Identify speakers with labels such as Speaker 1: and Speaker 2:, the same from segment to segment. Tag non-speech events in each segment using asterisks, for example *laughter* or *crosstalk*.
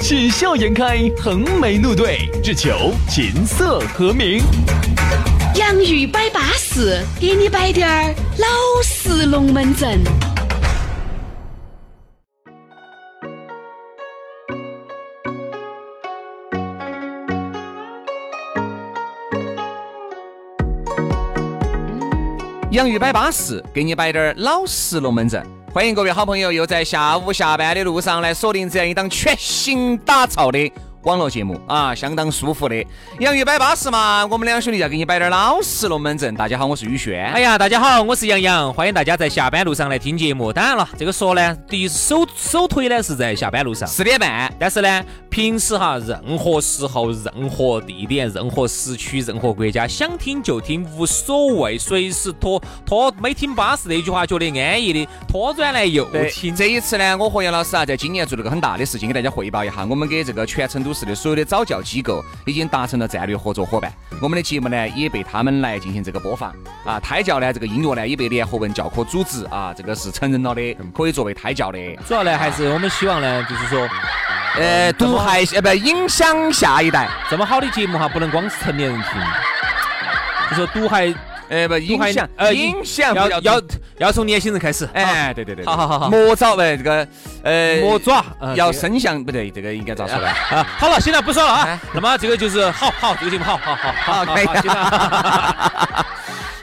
Speaker 1: 喜笑颜开，横眉怒对，只求琴瑟和鸣。
Speaker 2: 洋芋摆巴士，给你摆点儿老式龙门阵。
Speaker 3: 洋芋摆巴适，给你摆点儿老实龙门阵。欢迎各位好朋友又在下午下班的路上来锁定这样一档全新打造的网络节目啊，相当舒服的。洋芋摆巴适嘛，我们两兄弟要给你摆点儿老实龙门阵。大家好，我是宇轩。
Speaker 4: 哎呀，大家好，我是杨洋，欢迎大家在下班路上来听节目。当然了，这个说呢，第一首首推呢是在下班路上，
Speaker 3: 四点半，
Speaker 4: 但是呢，平时哈，任何时候、任何地点、任何时区、任何国家，想听就听，无所谓，随时拖拖没听巴适那句话，觉得安逸的，拖转来又
Speaker 3: 对
Speaker 4: 听。
Speaker 3: 这一次呢，我和杨老师啊，在今年做了个很大的事情，给大家汇报一下。我们给这个全成都市的所有的早教机构已经达成了战略合作伙伴。我们的节目呢，也被他们来进行这个播放啊。胎教呢，这个音乐呢，也被联合文教科组织啊，这个是承认了的，可以作为胎教的。
Speaker 4: 主要呢，还是我们希望呢，就是说，
Speaker 3: 呃，毒害呃不影响下一代，
Speaker 4: 这么好的节目哈，不能光是成年人听，就说毒害
Speaker 3: 呃不
Speaker 4: 毒害
Speaker 3: 影响
Speaker 4: 呃
Speaker 3: 影响
Speaker 4: 要
Speaker 3: 不
Speaker 4: 要要从年轻人开始。啊，
Speaker 3: 哎对对对，对
Speaker 4: 好好好好
Speaker 3: 魔爪呃这个呃
Speaker 4: 魔爪呃
Speaker 3: 要
Speaker 4: 这个
Speaker 3: 伸向不对，这个应该咋 *laughs* 说呢？
Speaker 4: 啊，好了，现在不说了
Speaker 3: 哎
Speaker 4: 啊。那么这个就是好好，这个节目好好好好
Speaker 3: 好可以
Speaker 4: 好，现在
Speaker 3: *laughs*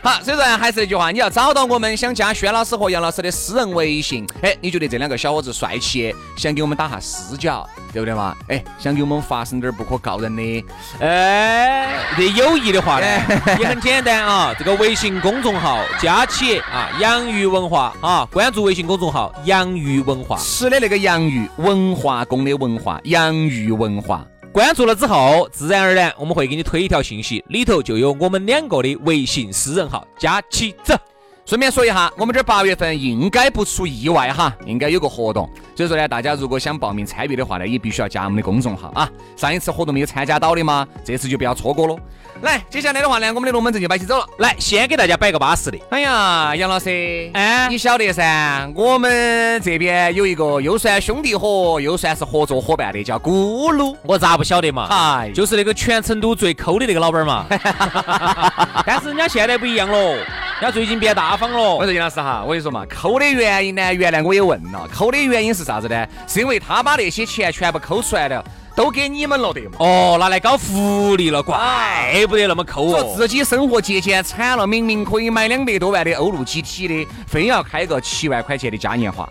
Speaker 3: 好，所以说呢还是那句话，你要找到我们，想加轩老师和杨老师的私人微信。哎，你觉得这两个小伙子帅气，想给我们打下私教，对不对嘛？哎，想给我们发生点儿不可告人的，呃
Speaker 4: 哎，这友谊的话呢，
Speaker 3: 哎
Speaker 4: 也很简单啊。这个微信公众号加起啊，养鱼文化啊，关注微信公众号养鱼文化。
Speaker 3: 吃的那个洋芋，文化宫的文化，洋芋文化。
Speaker 4: 关注了之后，自然而然我们会给你推一条信息，里头就有我们两个的微信私人号加起走。
Speaker 3: 顺便说一下，我们这儿八月份应该不出意外哈，应该有个活动。所以说呢，大家如果想报名参与的话呢，也必须要加我们的公众号啊。上一次活动没有参加到的嘛，这次就不要错过喽。来，接下来的话呢，我们的龙门阵就摆起走了。
Speaker 4: 来，先给大家摆个巴适的。
Speaker 3: 哎呀，杨老师，
Speaker 4: 哎
Speaker 3: 你晓得噻，我们这边有一个又算兄弟伙，又算是合作伙伴的，叫咕噜。
Speaker 4: 我咋不晓得嘛？
Speaker 3: 哎
Speaker 4: 就是那个全成都最抠的那个老板 *laughs* 嘛。但是人家现在不一样喽，人家最近变大方
Speaker 3: 我
Speaker 4: 了。
Speaker 3: 说杨老师哈，我跟你说嘛，抠的原因呢，原来我也问了，抠的原因是啥子呢？是因为他把那些钱全部抠出来了，都给你们了的嘛。
Speaker 4: 哦，拿来搞福利了，怪不得那么抠
Speaker 3: 说
Speaker 4: 哦。
Speaker 3: 自己生活节俭惨了，明明可以买两百多万的欧陆 GT 的，非要开个七万块钱的嘉年华。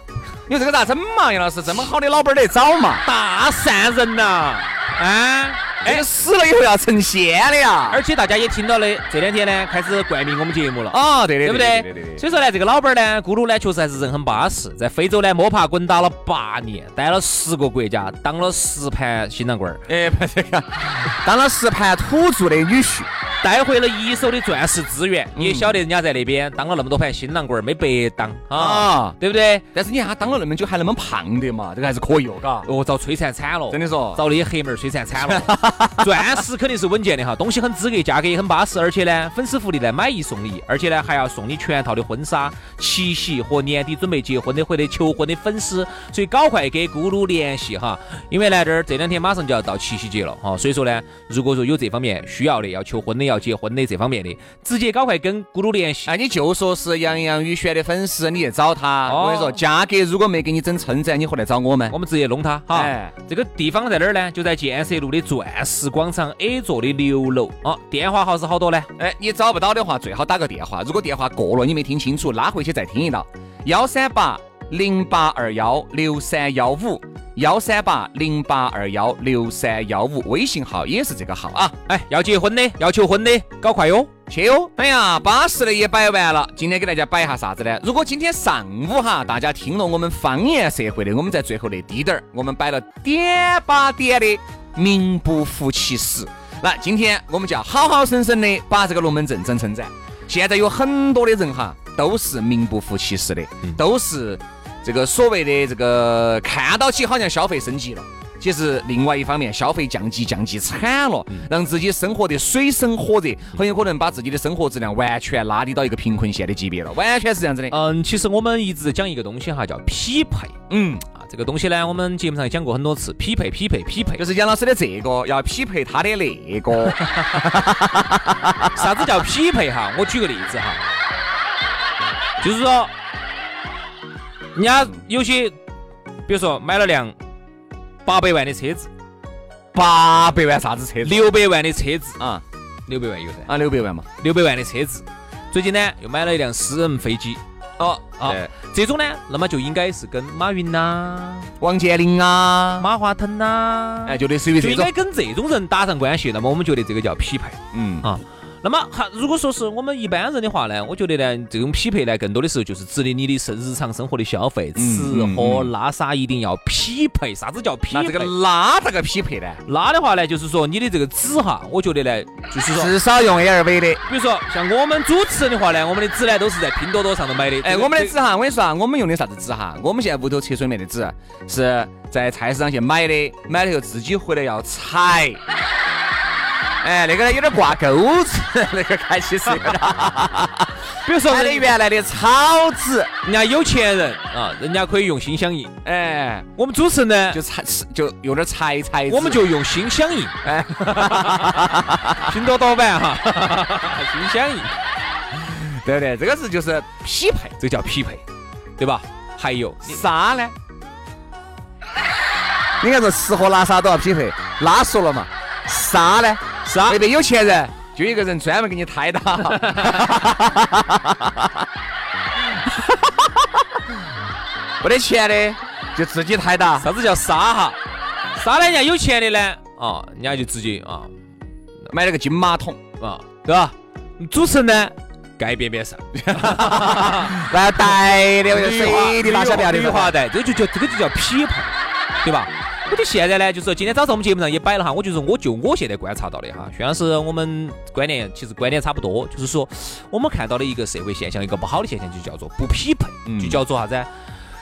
Speaker 3: 你说这个咋整嘛，杨老师？这么好的老板儿得找
Speaker 4: *laughs*
Speaker 3: 嘛？
Speaker 4: 大善人呐、啊！
Speaker 3: 哎，死了以后要成仙的呀！
Speaker 4: 而且大家也听到的，这两天呢开始冠名我们节目了。
Speaker 3: 啊，对的，
Speaker 4: 对不
Speaker 3: 对
Speaker 4: 对？
Speaker 3: 对对对
Speaker 4: 所以说呢，这个老板呢，咕噜呢，确实还是人很巴适，在非洲呢摸爬滚打了八年，待了十个国家，当了十盘新郎官儿，
Speaker 3: 哎，不这个， *laughs* 当了石盘土著的女婿，
Speaker 4: 带回了一手的钻石资源，
Speaker 3: 嗯
Speaker 4: 也晓得人家在那边当了那么多盘新郎官儿，没白当
Speaker 3: 啊
Speaker 4: 啊，对不对？
Speaker 3: 但是你看他当了那么久还那么胖的嘛，这个还是可以哦，嘎，
Speaker 4: 哦，遭摧残惨了，
Speaker 3: 真的说
Speaker 4: 哦遭那些黑妹儿摧残惨了。 *laughs* 钻石肯定是稳健的哈，东西很资格，价格也很巴适，而且呢，粉丝福利呢买一送一，而且呢还要送你全套的婚纱、七夕和年底准备结婚的或者求婚的粉丝，所以搞快给咕噜联系哈，因为呢这儿这两天马上就要到七夕节了哈，所以说呢，如果说有这方面需要的，要求婚的、要结婚的这方面的，直接搞快跟咕噜联系。
Speaker 3: 哎，你就说是杨洋宇轩的粉丝，你去找他。
Speaker 4: 哦
Speaker 3: 我跟你说，价格如果没给你整撑着，你回来找我们
Speaker 4: 我。们直接弄他哈。
Speaker 3: 哎
Speaker 4: 这个地方在哪儿呢？就在建设路的钻石广场 A 座的六楼啊。电话号是好多呢？
Speaker 3: 哎，你找不到的话，最好打个电话。如果电话过了，你没听清楚，拉回去再听一道。幺三八零八二幺六三幺五，幺三八零八二幺六三幺五，微信号也是这个号啊。
Speaker 4: 哎，要结婚的，要求婚的，搞快哟！
Speaker 3: 去哟！哎呀，巴适的也摆完了，今天给大家摆一下啥子呢？如果今天上午哈，大家听了我们方言社会的，我们在最后那滴点儿，我们摆了点把点的名不符其实。那今天我们就要好好生生的把这个龙门阵整成展。现在有很多的人哈，都是名不副其实的，都是这个所谓的这个看到起好像消费升级了。其实，另外一方面，消费降级降级惨了，
Speaker 4: 嗯
Speaker 3: 让自己生活得水深火热，很有可能把自己的生活质量完全拉低到一个贫困线的级别了，完全是这样子的。
Speaker 4: 嗯，其实我们一直在讲一个东西哈，叫匹配
Speaker 3: 嗯，
Speaker 4: 啊。这个东西呢，我们节目上也讲过很多次，匹配、匹配、匹配
Speaker 3: 就。是杨老师的这个要匹配他的
Speaker 4: *laughs*
Speaker 3: 那个，
Speaker 4: 啥子叫匹配哈？ *laughs* 我举个例子哈，就是说，人家有些，比如说买了辆八百万的车子，
Speaker 3: 八百万啥子车子？
Speaker 4: 六百万的车子，
Speaker 3: 啊
Speaker 4: 六百万有噻，
Speaker 3: 啊，六百万嘛。
Speaker 4: 六百万的车子，最近呢又买了一辆私人飞机。
Speaker 3: 哦
Speaker 4: 啊，这种呢，那么就应该是跟马云呐、
Speaker 3: 王健林啊，
Speaker 4: 马化腾呐、
Speaker 3: 哎，就类似于
Speaker 4: 就
Speaker 3: 这
Speaker 4: 应
Speaker 3: 种
Speaker 4: 该，跟这种人打上关系。那么我们觉得这个叫匹配。
Speaker 3: 嗯
Speaker 4: 啊。那么哈，如果说是我们一般人的话呢，我觉得呢，这种匹配呢，更多的时候就是指的你的生日常生活的消费，吃
Speaker 3: 嗯
Speaker 4: 喝拉撒一定要匹配。啥子叫匹
Speaker 3: 那
Speaker 4: 配？
Speaker 3: 这个拉这个匹配呢，
Speaker 4: 拉的话呢，就是说你的这个纸哈，我觉得呢，就是说，
Speaker 3: 至少用 LV 的。
Speaker 4: 比如说像我们主持人的话呢，我们的纸呢都是在拼多多上头买的。
Speaker 3: 哎，
Speaker 4: 这个
Speaker 3: 我们的
Speaker 4: 这
Speaker 3: 纸哈，我跟你说啊，我们用的啥子纸哈？我们现在屋头厕所里面的纸是在菜市场去买的，买了以后自己回来要裁。 *laughs* 哎，那个呢有点挂钩子，那个看起是有
Speaker 4: *laughs*
Speaker 3: 点。
Speaker 4: 比如说
Speaker 3: 买的
Speaker 4: 人
Speaker 3: 原来的草纸，
Speaker 4: 人家有钱人啊，人家可以用心相印。
Speaker 3: 哎，
Speaker 4: 我们主持人呢
Speaker 3: 就，裁是就用点裁裁。
Speaker 4: 我们就用心相印。哎，拼多多版哈， *laughs* 心相印。
Speaker 3: 对不对？这个是就是匹配。
Speaker 4: 这叫匹配，对吧？还有，
Speaker 3: 啥呢？ *laughs* 你看这吃喝拉撒都要匹配，拉说了嘛？啥呢？
Speaker 4: 啥
Speaker 3: 那边有钱人就有一个人专门给你抬打。 *laughs* 没得钱的就自己抬打。
Speaker 4: 啥子叫沙哈？沙呢？人家有钱的呢，啊，人家就直接啊
Speaker 3: 买了个金马桶，
Speaker 4: 啊，对吧？主持人呢，该边边上，
Speaker 3: 然后带的水的大小不要的
Speaker 4: 绿化哎带，这个就叫这个就叫匹配，对吧？我就现在呢，就是说今天早上我们节目上也摆了哈，我就说我就我现在观察到的哈，虽然是我们观念其实观点差不多，就是说我们看到的一个社会现象，一个不好的现象就叫做不匹配，就叫做啥子？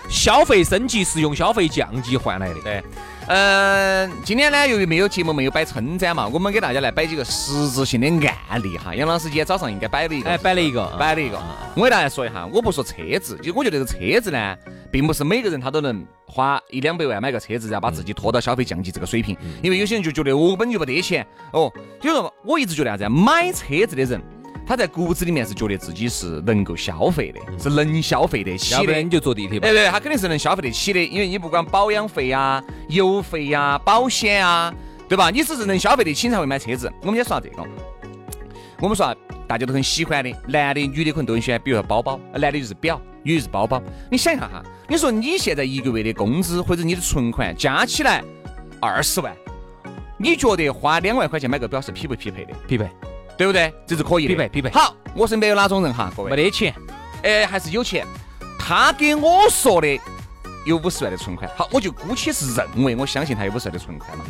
Speaker 4: 消费升级是用消费降级换来的。
Speaker 3: 对，嗯、今天呢，由于没有节目，没有摆称赞嘛，我们给大家来摆几个实质性的案例哈。杨老师今天早上应该摆了一个，
Speaker 4: 哎，摆了一个，
Speaker 3: 摆了一个。我给大家说一下，我不说车子，就我觉得这个车子呢，并不是每个人他都能花一两百万买个车子，然后把自己拖到消费降级这个水平。因为有些人就觉得我本就没得钱哦，就是说我一直觉得啥子啊，买车子的人。他在骨子里面是觉得自己是能够消费的，是能嗯消费得起
Speaker 4: 要不
Speaker 3: 的
Speaker 4: 然。你就坐地铁吧
Speaker 3: 哎，。对，他肯定是能消费得起的，因为你不管保养费啊、油费啊、保险啊，对吧？你只是能消费得起才会买车子。我们先说下这个，我们说啊大家都很喜欢的，男的、女的可能都很喜欢，比如说包包，男的就是表，女的就是包包。你想一下哈，你说你现在一个月的工资或者你的存款加起来二十万，你觉得花两万块钱买个表是匹不匹配的？
Speaker 4: 匹配，
Speaker 3: 对不对？这是可以的，
Speaker 4: 匹配匹配
Speaker 3: 好，我身边有哪种人哈？各位
Speaker 4: 没，得钱，
Speaker 3: 哎，还是有钱。他给我说的有五十万的存款，好，我就姑且是认为，我相信他有五十万的存款嘛，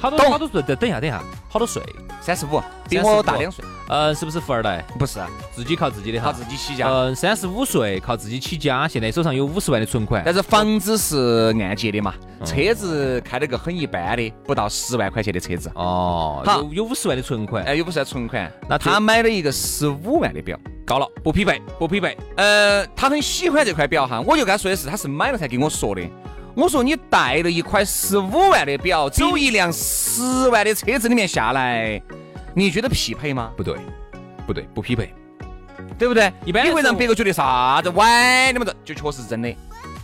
Speaker 4: 好多
Speaker 3: 懂
Speaker 4: 好多岁，等等一下等一下，好多岁，
Speaker 3: 三十五，比我大两岁，
Speaker 4: 呃，是不是富二代？
Speaker 3: 不是，啊
Speaker 4: 自己靠自己的
Speaker 3: 他
Speaker 4: 哈。
Speaker 3: 自己起家，
Speaker 4: 嗯，三十五岁靠自己起家，现在手上有五十万的存款
Speaker 3: 但。是房子是按揭的嘛，车子开了个很一般的，不到十万块钱的车子，
Speaker 4: 哦，
Speaker 3: 好
Speaker 4: 有有五十万的存款，
Speaker 3: 哎，有五十万存款，
Speaker 4: 那这
Speaker 3: 他买了一个十五万的表，
Speaker 4: 高了，不匹配，不匹配。
Speaker 3: 呃，他很喜欢这块表哈，我就跟他说的是，他是买了才跟我说的。我说你带了一块十五万的表，走一辆十万的车子里面下来，你觉得匹配吗？
Speaker 4: 不对，不对，不匹配。
Speaker 3: 对不对？
Speaker 4: 一般来
Speaker 3: 你
Speaker 4: 说
Speaker 3: 会让别个觉得啥子歪，你们这就确实是真的。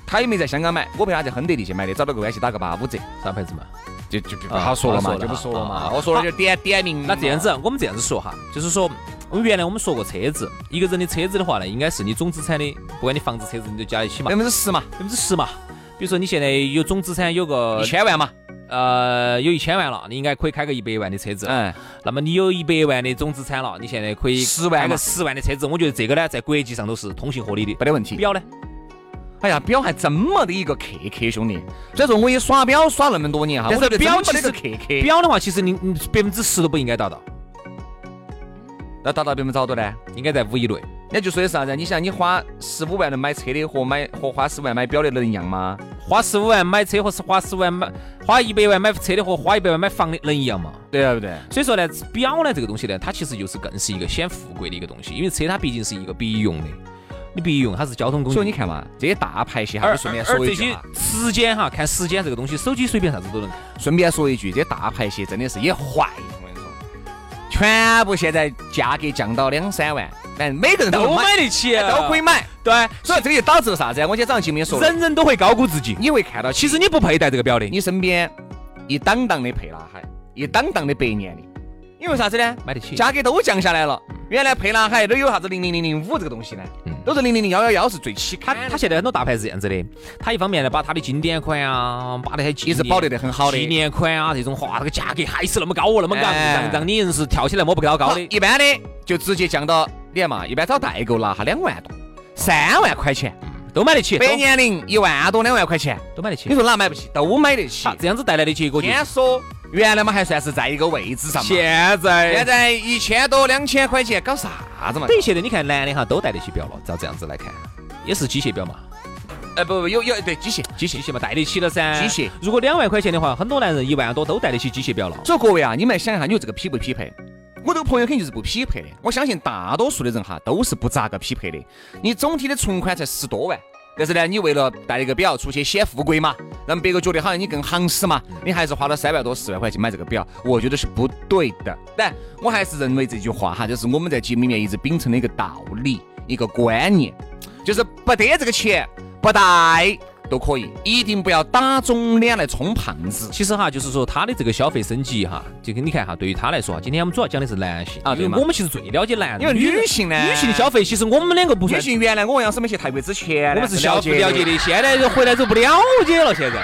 Speaker 3: 他也没在香港买，我陪他在亨德利去买的，找了个关系打个八五折，
Speaker 4: 啥牌子嘛？
Speaker 3: 就就就不
Speaker 4: 啊
Speaker 3: 好说了嘛，
Speaker 4: 好说了
Speaker 3: 就不说了嘛
Speaker 4: 啊。
Speaker 3: 我说了就点点名。
Speaker 4: 那这样，子，啊我们这样子说哈，就是说，我们原来我们说过车子，一个人的车子的话呢，应该是你总资产的，不管你房子、车子，你都加一起嘛
Speaker 3: 百，分之十嘛，
Speaker 4: 百分之十嘛。比如说你现在有总资产有个
Speaker 3: 一千万嘛，
Speaker 4: 呃，有一千万了，你应该可以开个一百万的车子。
Speaker 3: 嗯，
Speaker 4: 那么你有一百万的总资产了，你现在可以
Speaker 3: 10万
Speaker 4: 开
Speaker 3: 嘛
Speaker 4: 个十万的车子。我觉得这个呢，在国际上都是通行合理的。
Speaker 3: 没得问题。
Speaker 4: 表呢？
Speaker 3: 哎呀，表还真没得一个客客，兄弟。所以说我也耍表耍那么多年哈，
Speaker 4: 但
Speaker 3: 我
Speaker 4: 是
Speaker 3: 觉得
Speaker 4: 表
Speaker 3: 表
Speaker 4: 其
Speaker 3: 其
Speaker 4: 实
Speaker 3: 实客客，
Speaker 4: 表的话，其实你百分之十都不应该达到，
Speaker 3: 那达到百分之好多呢？
Speaker 4: 应该在五以内。
Speaker 3: 人家就说的是啥子？你想，你花十五万能买车的和买和花十万买表的能一样吗？
Speaker 4: 花十五万买车和是花十万买花一百万买车的和花一百万买房的能一样吗？
Speaker 3: 对啊，不对？
Speaker 4: 所以说呢，表呢这个东西呢，它其实就是更是一个显富贵的一个东西，因为车它毕竟是一个必用的，你必用它是交通工具。
Speaker 3: 所以你看嘛，这些大牌些哈，
Speaker 4: 而
Speaker 3: 我顺便
Speaker 4: 而
Speaker 3: 说
Speaker 4: 这
Speaker 3: 一句
Speaker 4: 些
Speaker 3: 啊，
Speaker 4: 时间哈，看时间这个东西，手机随便啥子都能看。
Speaker 3: 顺便说一句，这些大牌些真的是也坏，我跟你说，全部现在价格降到两三万，但每个人都能
Speaker 4: 都买得起啊
Speaker 3: 都可以买。
Speaker 4: 对，
Speaker 3: 所以这个就导致了啥子啊？我今天早上节目也说了，
Speaker 4: 人人都会高估自己。
Speaker 3: 你会看到，
Speaker 4: 其实你不配戴这个表的，
Speaker 3: 你身边一档档的沛纳海，一档档的百年的，因为啥子呢？
Speaker 4: 买得起。
Speaker 3: 价格都降下来了。原来沛纳海都有啥子零零零零五这个东西呢？都是零零零幺幺幺是最起
Speaker 4: 它
Speaker 3: 看
Speaker 4: 它
Speaker 3: 的，
Speaker 4: 现在很多大牌是这样子的，它一方面呢把它的经典款啊，把那些纪
Speaker 3: 一直
Speaker 4: 念
Speaker 3: 保留得很好的
Speaker 4: 纪念款啊这种，哇，这个价格还是那么高哦，那么高，
Speaker 3: 哎
Speaker 4: 让让你硬是跳起来摸不到高
Speaker 3: 好
Speaker 4: 的。
Speaker 3: 一般的就直接降到，你看嘛，一般找代购拿哈两万多，三万块钱，
Speaker 4: 都买得起，
Speaker 3: 百
Speaker 4: 都
Speaker 3: 年龄一万多两万块钱，
Speaker 4: 都买得
Speaker 3: 你
Speaker 4: 起。
Speaker 3: 说哪买不起？都买得起
Speaker 4: 好，。这样子带来的结果就是
Speaker 3: 先说原来嘛还算是在一个位置上嘛，
Speaker 4: 现在
Speaker 3: 现在一千多两千块钱搞啥子嘛？
Speaker 4: 等于现在你看男的哈都戴得起表了，照这样子来看，也是机械表嘛，
Speaker 3: 呃不不有有对机械
Speaker 4: 机械机械嘛戴得起了噻。
Speaker 3: 机械
Speaker 4: 如果两万块钱的话，很多男人一万多都戴得起机械表了。
Speaker 3: 所以各位啊，你们来想一下，你说这个匹不匹配？我这个朋友肯定就是不匹配的。我相信大多数的人哈都是不咋个匹配的。你总体的存款才十多万，但是呢，你为了戴一个表出去显富贵嘛，让别个觉得好像你更行实嘛，你还是花了三万多、四万块去买这个表，我觉得是不对的。但我还是认为这句话哈，就是我们在节目里面一直秉承的一个道理、一个观念，就是不得这个钱不戴都可以，一定不要打肿脸来充胖子。
Speaker 4: 其实哈，就是说他的这个消费升级哈，就跟你看哈，对于他来说哈，今天我们主要讲的是男性
Speaker 3: 啊
Speaker 4: 因为
Speaker 3: 对嘛
Speaker 4: 我们其实最了解男人，
Speaker 3: 因为女性呢
Speaker 4: 女性的消费其实我们两个不算
Speaker 3: 女，性原来我杨师没去泰国之前
Speaker 4: 我
Speaker 3: 呢，
Speaker 4: 们是消不了解
Speaker 3: 的。
Speaker 4: 的，现在就回来之后不了解了，现在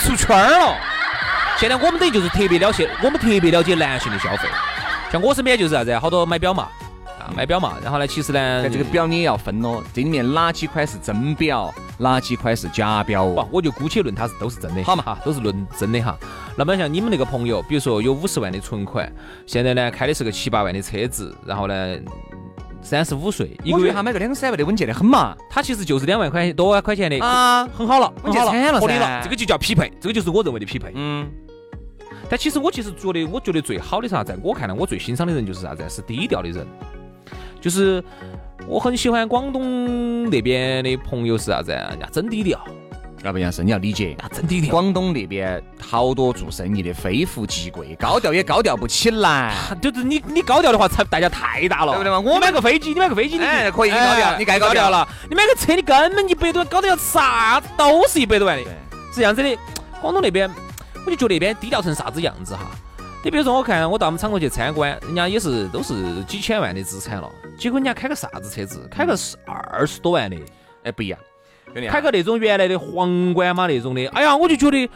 Speaker 4: 出圈儿了。现在我们等于就是特别了解，我们特别了解男性的消费。像我身边就是啥子，好多买表嘛，啊买表嘛，然后呢，其实呢，
Speaker 3: 但哎这个表你也要分哦，这里面哪几块是真表，哪几块是假表
Speaker 4: 不
Speaker 3: 哦？，
Speaker 4: 我就姑且论它是都是真的，
Speaker 3: 好嘛
Speaker 4: 哈，都是论真的哈。那么像你们那个朋友，比如说有五十万的存款，现在呢开的是个七八万的车子，然后呢三十五岁，一
Speaker 3: 我
Speaker 4: 个
Speaker 3: 觉
Speaker 4: 月
Speaker 3: 得他买个两三万的稳健得很嘛。
Speaker 4: 他其实就是两万块多万块钱的，
Speaker 3: 啊，
Speaker 4: 很好了，
Speaker 3: 我
Speaker 4: 很好
Speaker 3: 见惨了
Speaker 4: 合理了，
Speaker 3: 噻
Speaker 4: 这个就叫匹配，这个就是我认为的匹配。
Speaker 3: 嗯，
Speaker 4: 但其实我其实觉得，我觉得最好的是啥子？在我看来，我最欣赏的人就是啥子？是低调的人，就是我很喜欢广东那边的朋友是啥子？人家真低调，
Speaker 3: 要不然是你要理解
Speaker 4: 人。家真低调。
Speaker 3: 广东那边好多做生意的非富即贵，高调也高调不起来。
Speaker 4: 就是你你高调的话，才代价太大了，
Speaker 3: 对不对嘛
Speaker 4: 我买个飞机，你买个飞机，你
Speaker 3: 哎可以你高调你该高调
Speaker 4: 了。你买个车，你根本一百多万，高调要啥子都是一百多万的，是这样子的。广东那边，我就觉得那边低调成啥子样子哈。你比如说，我看我到我们厂过去参观，人家也是都是几千万的资产了，结果人家开个啥子车子？开个是二十多万的，
Speaker 3: 哎，不一样，兄弟啊
Speaker 4: 开个那种原来的皇冠嘛那种的。哎呀，我就觉得，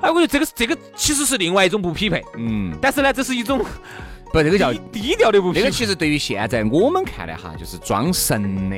Speaker 4: 哎，我觉得这个这个其实是另外一种不匹配，
Speaker 3: 嗯，
Speaker 4: 但是呢，这是一种
Speaker 3: 不，这个叫
Speaker 4: 低低调的不匹
Speaker 3: *laughs* 那
Speaker 4: 配
Speaker 3: 个。其实对于现在我们看来哈，就是装神的。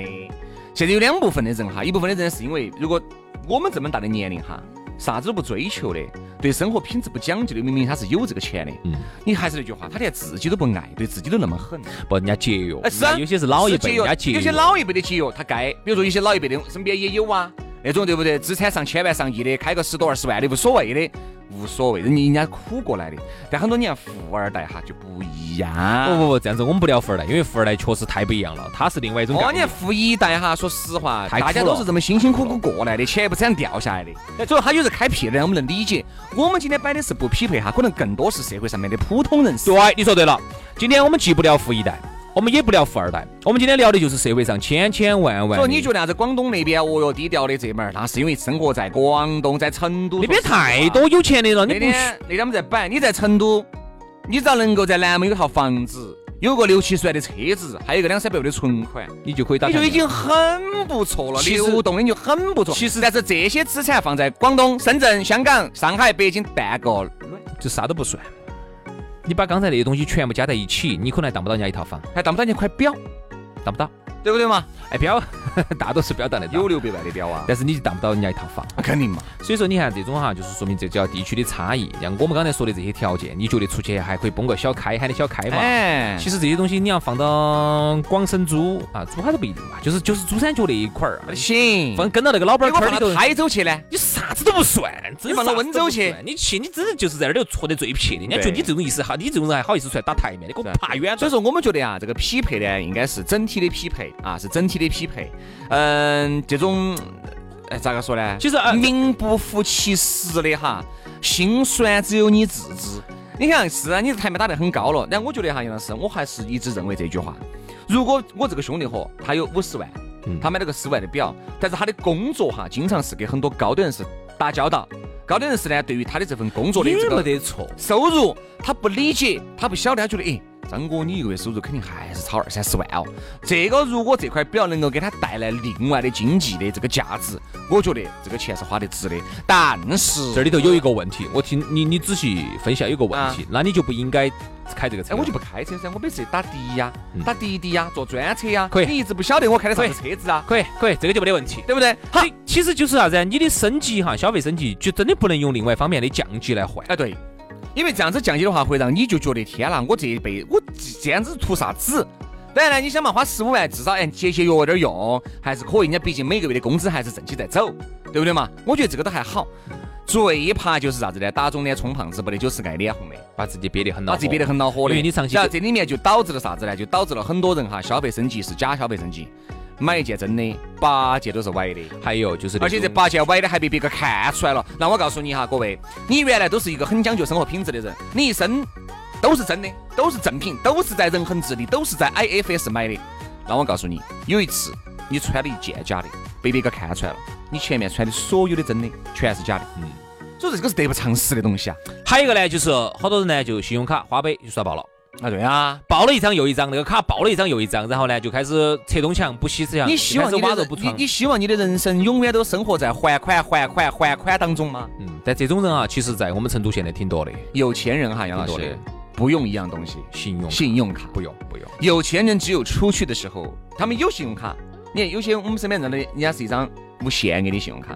Speaker 3: 现在有两部分的人哈，一部分的人是因为如果我们这么大的年龄哈，啥子都不追求的，对生活品质不讲究的，明明他是有这个钱的，
Speaker 4: 嗯
Speaker 3: 你还是那句话，他连自己都不爱，对自己都那么狠。
Speaker 4: 不，人家节约，
Speaker 3: 哎，是啊，
Speaker 4: 有些是老一辈，人家
Speaker 3: 是
Speaker 4: 节
Speaker 3: 节
Speaker 4: 约，
Speaker 3: 约有些老一辈的节约，他该，比如说有些老一辈的身边也有啊，那种对不对？资产上千万、上亿的，开个十多二十万的无所谓的，无所谓，人家人家苦过来的。但很多你看富二代哈就不一样。
Speaker 4: 不不不，这样子我们不聊富二代，因为富二代确实太不一样了，他是另外一种
Speaker 3: 哦，
Speaker 4: 概
Speaker 3: 你
Speaker 4: 念
Speaker 3: 看。富一代哈，说实话，
Speaker 4: 太苦
Speaker 3: 大家
Speaker 4: 了
Speaker 3: 都是这么辛辛苦苦过来的，钱也不是这样掉下来的。哎所以他有时开屁的，我们能理解。我们今天摆的是不匹配哈，可能更多是社会上面的普通人。
Speaker 4: 对，你说对了。今天我们既不聊富一代，我们也不聊富二代，我们今天聊的就是社会上千千万万的。
Speaker 3: 所以你觉得啥子广东那边哦哟低调的这门儿，那是因为生活在广东，在成都
Speaker 4: 那边
Speaker 3: 说实话
Speaker 4: 太。多有钱的了，你
Speaker 3: 那
Speaker 4: 不需
Speaker 3: 啊天那天我们在摆，你在成都，你只要能够在南门有套房子，有个六七十万的车子，还有个两三百万的存款，
Speaker 4: 你就可以打
Speaker 3: 你
Speaker 4: 酱
Speaker 3: 就
Speaker 4: 油。
Speaker 3: 已经很不错了，
Speaker 4: 其实
Speaker 3: 流动的你就很不错。其实，但是这些资产放在广东、深圳、香港、上海、北京，半个
Speaker 4: 就啥都不算。你把刚才那些东西全部加在一起，你可能还当不到人家一套房，
Speaker 3: 还当不到一块表，
Speaker 4: 当不到。
Speaker 3: 对不对嘛？
Speaker 4: 哎， *laughs* 标大多数标当得到
Speaker 3: 有，六百万的表啊，
Speaker 4: 但是你就当不到人家一套房。
Speaker 3: 肯定嘛。
Speaker 4: 所以说，你看这种哈，就是说明这叫地区的差异。像我们刚才说的这些条件，你觉得出去还可以崩个小开，喊的小开嘛？
Speaker 3: 哎，
Speaker 4: 其实这些东西你要放到广深珠啊，珠海都不一定嘛，就是就是珠三角那一块儿啊，
Speaker 3: 行，
Speaker 4: 放跟到那个老板
Speaker 3: 嗯你
Speaker 4: 圈
Speaker 3: 放
Speaker 4: 儿里头
Speaker 3: 到，台州去呢？
Speaker 4: 你啥子都不算，真
Speaker 3: 你放到
Speaker 4: 啥子
Speaker 3: 温
Speaker 4: 都
Speaker 3: 州
Speaker 4: 不
Speaker 3: 去
Speaker 4: 算，你去你真的就是在那儿头戳得最撇的，人家觉得
Speaker 3: 对啊
Speaker 4: 你这种意思好，你这种人还好意思出来打台面，你给我爬远点
Speaker 3: 所以。说，我们觉得啊，这个匹配呢，应该是整体的匹配啊，是整体的匹配。嗯，这种，哎，咋个说呢？
Speaker 4: 其实啊
Speaker 3: 名不符其实的哈，心酸只有你自知。你看，是啊，你台面打得很高了，但我觉得哈，杨老师，我还是一直认为这句话：如果我这个兄弟伙他有五十万，他买了个十万的表，但是他的工作哈，经常是给很多高端人士打交道。高端人士呢，对于他的这份工作的
Speaker 4: 也
Speaker 3: 这个
Speaker 4: 没得错，
Speaker 3: 收入，他不理解，他不晓得，他觉得，哎，张哥，你一个月收入肯定还是超二三十万哦。这个如果这块表能够给他带来另外的经济的这个价值，我觉得这个钱是花得值的。但是
Speaker 4: 这里头有一个问题，我听你你仔细分析有一个问题，那你就不应该开这个车
Speaker 3: 啊哎，
Speaker 4: 了。
Speaker 3: 我就不开车噻，我每次打的呀
Speaker 4: 嗯，
Speaker 3: 打滴滴呀，坐专车呀，
Speaker 4: 可以
Speaker 3: 你一直不晓得我开的啥子车子啊，
Speaker 4: 可以可以，这个就没得问题。
Speaker 3: 对不对？好
Speaker 4: 所，以其实就是啥子啊？你的升级哈，消费升级就真的不能用另外方面的降级来换。
Speaker 3: 哎对，因为这样子降级的话，会让你就觉得天啦，我这一辈我这这样子图啥子？当然呢，你想嘛，花十五万至少哎节节约有点用，还是可以。人家毕竟每个月的工资还是挣起在走，对不对嘛？我觉得这个都还好。最怕就是啥子呢？打肿脸充胖子，不得酒是爱脸红的，
Speaker 4: 把自己憋得很恼火，
Speaker 3: 把自己憋得很恼火的。
Speaker 4: 因为你长期
Speaker 3: 然后这里面就导致了啥子呢？就导致了很多人哈，消费升级是假消费升级，买一件真的，八件都是歪的。
Speaker 4: 还有就是那种，
Speaker 3: 而且这八千歪的还被别个看出来了。那我告诉你哈，各位，你原来都是一个很讲究生活品质的人，你一生都是真的，都是正品，都是在仁恒置地，都是在 IFS 买的。那我告诉你，有一次你穿了一件假的，被别个看出来了，你前面穿的所有的真的全是假的。嗯，所以说这个是得不偿失的东西啊。
Speaker 4: 还有一个呢，就是好多人呢就信用卡、花呗就刷爆了，
Speaker 3: 啊，对啊，
Speaker 4: 爆了一张又一张，那个卡爆了一张又一张，然后呢就开始拆东墙补西墙，
Speaker 3: 你希望
Speaker 4: 就
Speaker 3: 你
Speaker 4: 开始挖
Speaker 3: 的
Speaker 4: 肉
Speaker 3: 人
Speaker 4: 补
Speaker 3: 你
Speaker 4: 床。
Speaker 3: 你希望你的人生永远都生活在还款、还款、还款当中吗？
Speaker 4: 嗯，但这种人啊，其实在我们成都现在挺多的，
Speaker 3: 有钱人哈，杨老
Speaker 4: 挺多
Speaker 3: 师
Speaker 4: 的
Speaker 3: 不用一样东西，
Speaker 4: 信用
Speaker 3: 信用卡。
Speaker 4: 不用不用，
Speaker 3: 有钱人只有出去的时候，他们有信用卡。你看，有些我们身边认得的，人家是一张无限额的信用卡。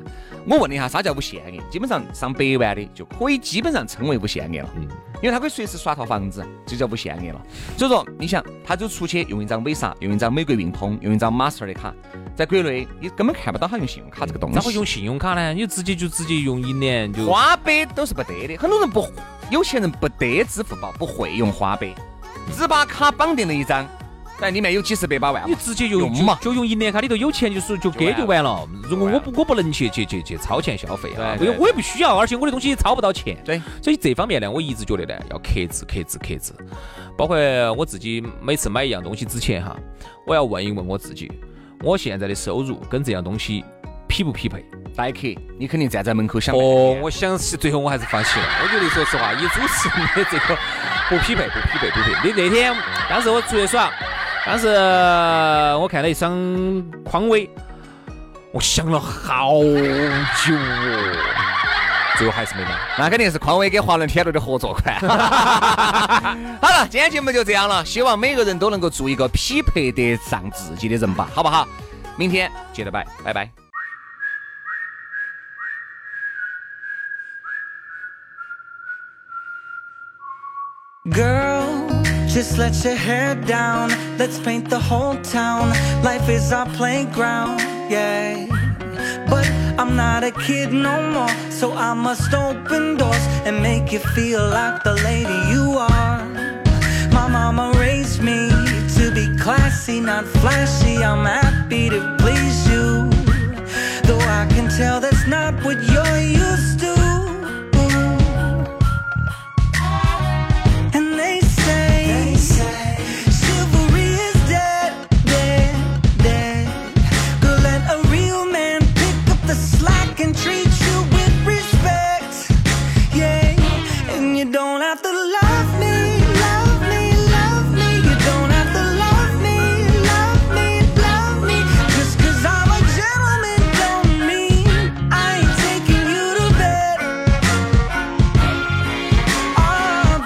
Speaker 3: 我问你哈，啥叫无限额？基本上上百万的就可以基本上称为无限额了，
Speaker 4: 嗯，
Speaker 3: 因为他可以随时刷套房子，这叫无限额了。所以说，你想，他就出去用一张 Visa，用一张美国运通，用一张 Master 的卡，在国内你根本看不到他用信用卡这个东
Speaker 4: 咋会
Speaker 3: 西
Speaker 4: 用。信用卡呢？你直接就直接用一年就
Speaker 3: 花呗都是不得的，很多人不，有钱人不得支付宝，不会用花呗，只把卡绑定了一张，但里面有几十百把万。
Speaker 4: 你直接就
Speaker 3: 用
Speaker 4: 就
Speaker 3: 嘛
Speaker 4: 就用银联卡里头有钱就是就给就完了。如果我不我不能去去去去超前消费啊，因
Speaker 3: 对对
Speaker 4: 为我也不需要，而且我的东西也超不到钱。
Speaker 3: 对，
Speaker 4: 所以这方面呢，我一直觉得呢要克制克制克制。包括我自己每次买一样东西之前哈，我要问一问我自己，我现在的收入跟这样东西匹不匹配？
Speaker 3: 戴克，你肯定站在门口想半天。
Speaker 4: 哦，我想是最后我还是放弃了。我觉得说实话，以主持人的这个不匹配，不匹配，不匹配。你那天当时我出去耍，当时呃我看到一双匡威，我想了好久哦，最后还是没买。
Speaker 3: 那肯定是匡威跟华伦天奴的合作款。好了，今天节目就这样了，希望每个人都能够做一个匹配得上自己的人吧，好不好？明天接着摆，拜拜。
Speaker 5: Girl, just let your hair down. Let's paint the whole town. Life is our playground, yeah. But I'm not a kid no more, so I must open doors and make you feel like the lady you are. My mama raised me to be classy, not flashy. I'm happy to please you, though I can tell that's not what you're used to. And they say, chivalry is dead, dead, dead. Girl, let a real man pick up the slack and treat you with respect. Yeah, and you don't have to love me, love me, love me. You don't have to love me, love me, love me. Just cause I'm a gentleman don't mean I ain't taking you to bed. Oh,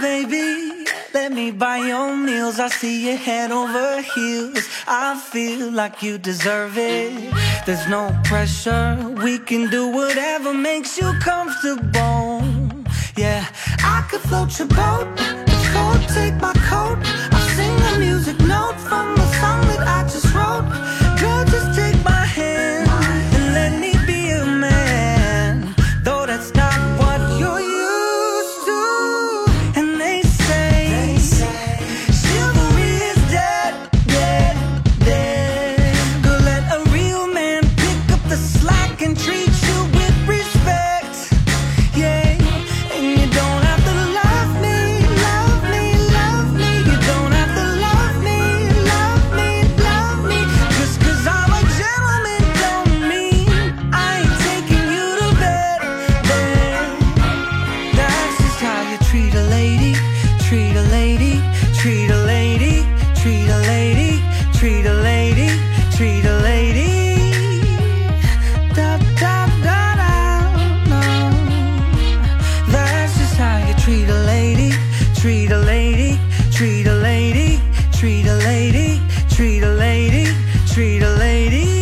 Speaker 5: your meals. I see you head over heels. I feel like you deserve it. There's no pressure. We can do whatever makes you comfortable. Yeah, I could float your boat. The cold, take my coat. I'll sing a music note from a song that I just wrote. Girl, just take my hand and let me be a man. Though that's not what you're used to. And they say, chivalry is dead, dead, dead. Girl, let a real man pick up the slack and treat you with respect. Yeah, and you don't have to love me, love me, love me. You don't have to love me, love me, love me. Just cause I'm a gentleman don't mean I ain't taking you to bed, bed. That's just how you treat a lady, treat a lady, treat a lady, treat a lady, treat a lady, treat a lady. Da da da da. No. That's just how you treat a lady, treat a lady, treat a lady, treat a lady, treat a lady, treat a lady.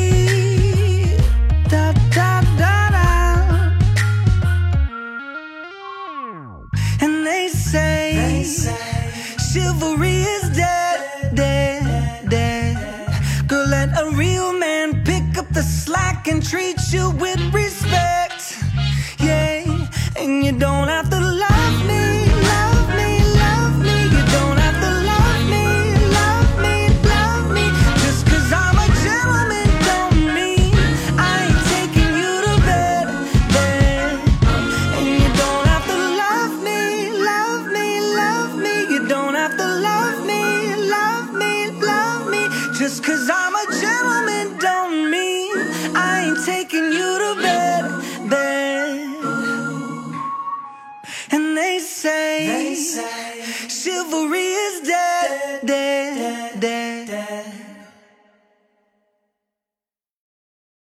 Speaker 5: Da da da da. And they say, chivalry is dead, dead, dead. Girl, let a real man pick up the slack and treat you with respect. Yeah, and you don't have to love me. love me, love me. You don't have to love me, love me, love me. Just 'cause I'm a gentleman don't mean I ain't taking you to bed, bed. And you don't have to love me, love me, love me. You don't have to love me, love me, love me. Just cause I'm a gentleman don't mean I ain't taking you to bed, bed. And they say, chivalry is dead, dead, dead.